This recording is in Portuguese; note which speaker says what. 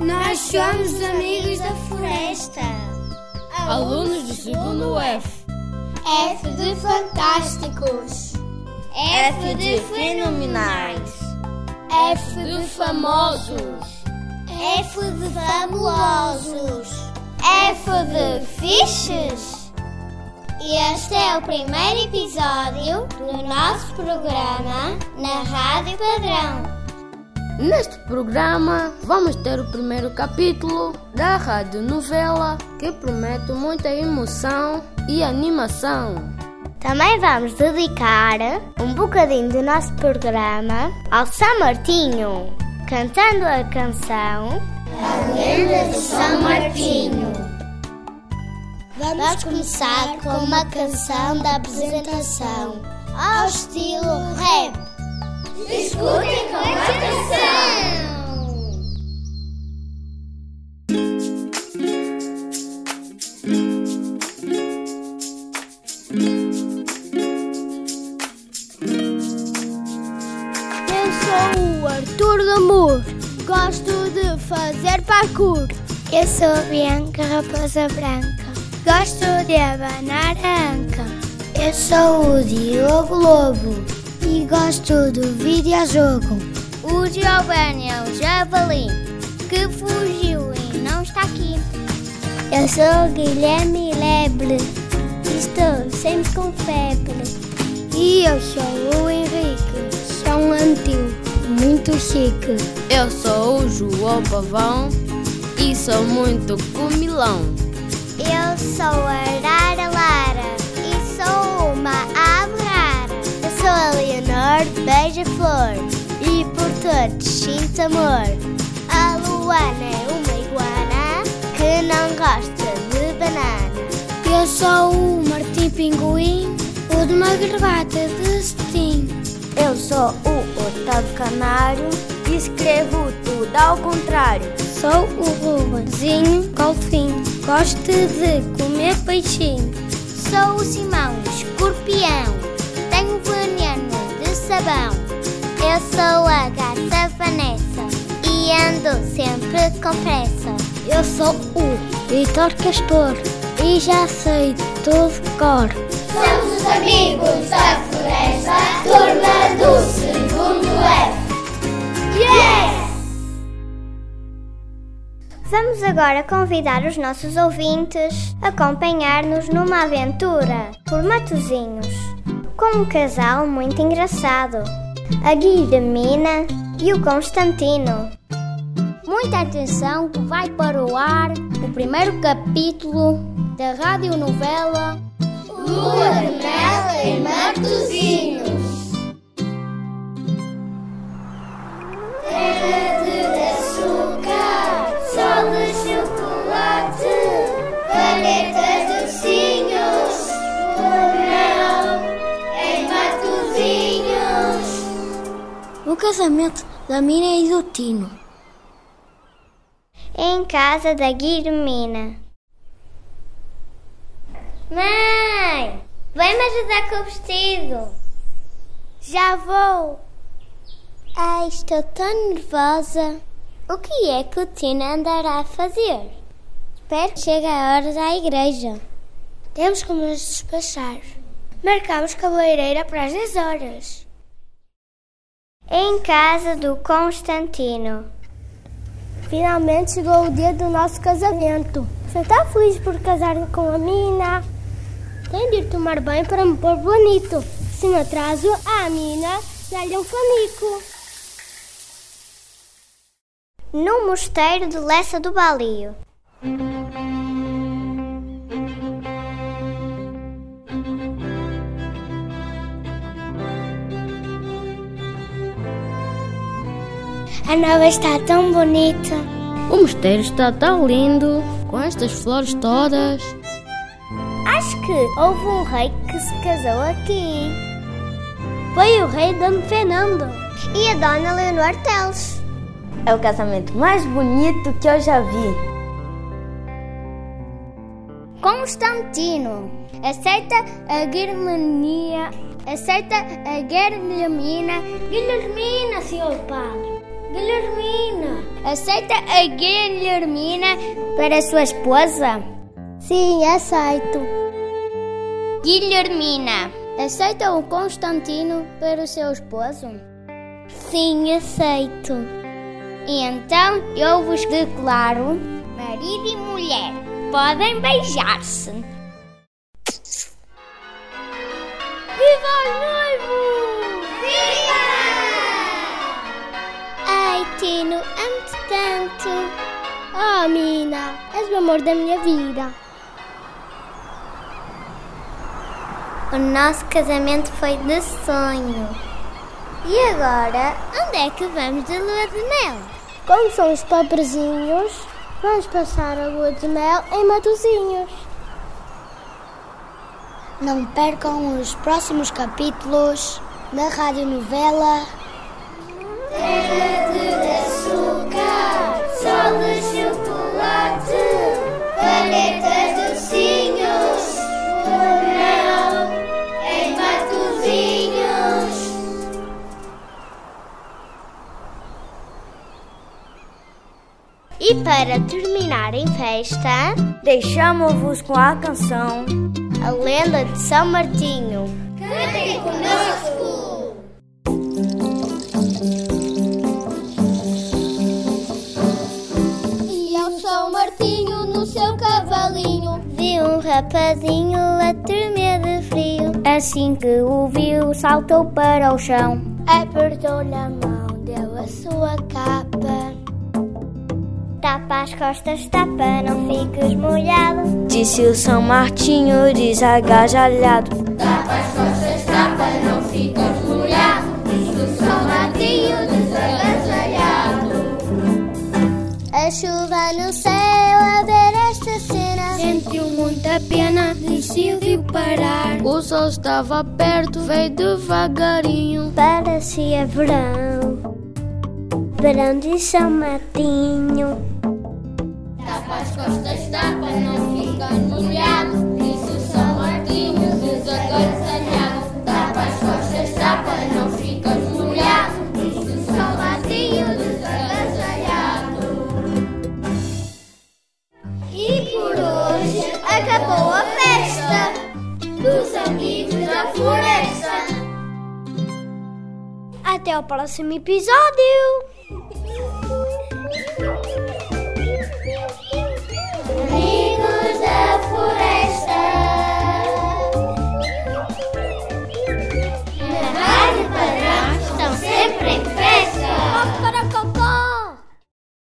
Speaker 1: Nós somos amigos da floresta.
Speaker 2: Alunos do segundo F.
Speaker 1: F de fantásticos.
Speaker 3: F de fenomenais.
Speaker 1: F de famosos. F de fabulosos. F de fiches. Este é o primeiro episódio do nosso programa na Rádio Padrão.
Speaker 2: Neste programa vamos ter o primeiro capítulo da radionovela que promete muita emoção e animação.
Speaker 1: Também vamos dedicar um bocadinho do nosso programa ao São Martinho, cantando a canção A Lenda de São Martinho. Vamos começar com uma canção da apresentação ao estilo rap. Escutem com atenção! Eu sou o Arthur Lamur, gosto de fazer parkour. Eu sou a Bianca Raposa Branca, gosto de abanar a anca. Eu sou o Diogo Lobo e gosto do videojogo. O Giovanni é o javali que fugiu e não está aqui. Eu sou o Guilherme Lebre, estou sempre com febre. E eu sou o Henrique, sou um antigo, muito chique.
Speaker 2: Eu sou o João Pavão e sou muito comilão.
Speaker 1: Eu sou a Arara Lara e sou uma ave rara. Eu sou a Leonor Beija-Flor e por todos sinto amor. A Luana é uma iguana que não gosta de banana. Eu sou o Martim Pinguim, o de uma gravata de cetim. Eu sou o Otávio Canário e escrevo tudo ao contrário. Sou o Rubenzinho Golfinho, gosto de comer peixinho. Sou o Simão Escorpião, tenho veneno de sabão. Eu sou a gata Vanessa e ando sempre com pressa. Eu sou o Vitor Castor e já sei tudo de cor. Somos os amigos da floresta, turma do segundo F. Yes! Vamos agora convidar os nossos ouvintes a acompanhar-nos numa aventura por Matozinhos, com um casal muito engraçado, a Guilhermina e o Constantino. Muita atenção que vai para o ar o primeiro capítulo da radionovela Lua de Mel e Matozinhos. Terra de açúcar, sol de chocolate, planetas de ursinhos, lua de mel em Matozinhos.
Speaker 2: O casamento da Mina é e do Tino.
Speaker 1: em casa da Guilhermina. Mãe, vem me ajudar com o vestido. Já vou. Ai, Ah, estou tão nervosa. O que é que o Tina andará a fazer? Espero que chegue a hora da igreja. Temos que nos despachar. Marcamos cabeleireira para as 10 horas. Em casa do Constantino. Finalmente chegou o dia do nosso casamento. Você está feliz por casar com a mina? Tem de ir tomar banho para me pôr bonito. Se me atraso, a mina dá-lhe um fanico. No mosteiro de Lessa do Balio. A nova está tão bonita.
Speaker 2: O mosteiro está tão lindo com estas flores todas.
Speaker 1: Acho que houve um rei que se casou aqui. Foi o rei Dom Fernando. E a dona Leonor Teles.
Speaker 3: É o casamento mais bonito que eu já vi.
Speaker 1: Constantino aceita a Guilhermina, aceita a Guilhermina, Guilhermina, senhor padre. Guilhermina! Aceita a Guilhermina para sua esposa? Sim, aceito. Guilhermina, aceita o Constantino para o seu esposo? Sim, aceito. Então eu vos declaro marido e mulher. Podem beijar-se. Viva os noivos! Viva! Ai, Tino, amo-te tanto. Oh, Mina, és o amor da minha vida. O nosso casamento foi de sonho. E agora, onde é que vamos de lua de mel? Como somos pobrezinhos, vamos passar a lua de mel em Matozinhos. Não percam os próximos capítulos da radionovela Terra de açúcar, sol de chocolate, planetas docinhos, lua de mel em Matozinhos. E para terminar em festa,
Speaker 3: Deixamos-vos com a canção
Speaker 1: a lenda de São Martinho. E ao São Martinho no seu cavalinho Vi um rapazinho a tremer de frio Assim que o viu saltou para o chão Apertou-lhe a mão, deu a sua capa Tapa as costas, tapa, não fiques molhado
Speaker 3: Disse o São Martinho desagasalhado
Speaker 1: A chuva no céu a ver esta cena Sentiu muita um pena, decidiu parar
Speaker 2: O sol estava perto, veio devagarinho.
Speaker 1: Parecia é verão, verão de São Martinho. Tá Tá E por hoje acabou a festa dos amigos da floresta. Até o próximo episódio!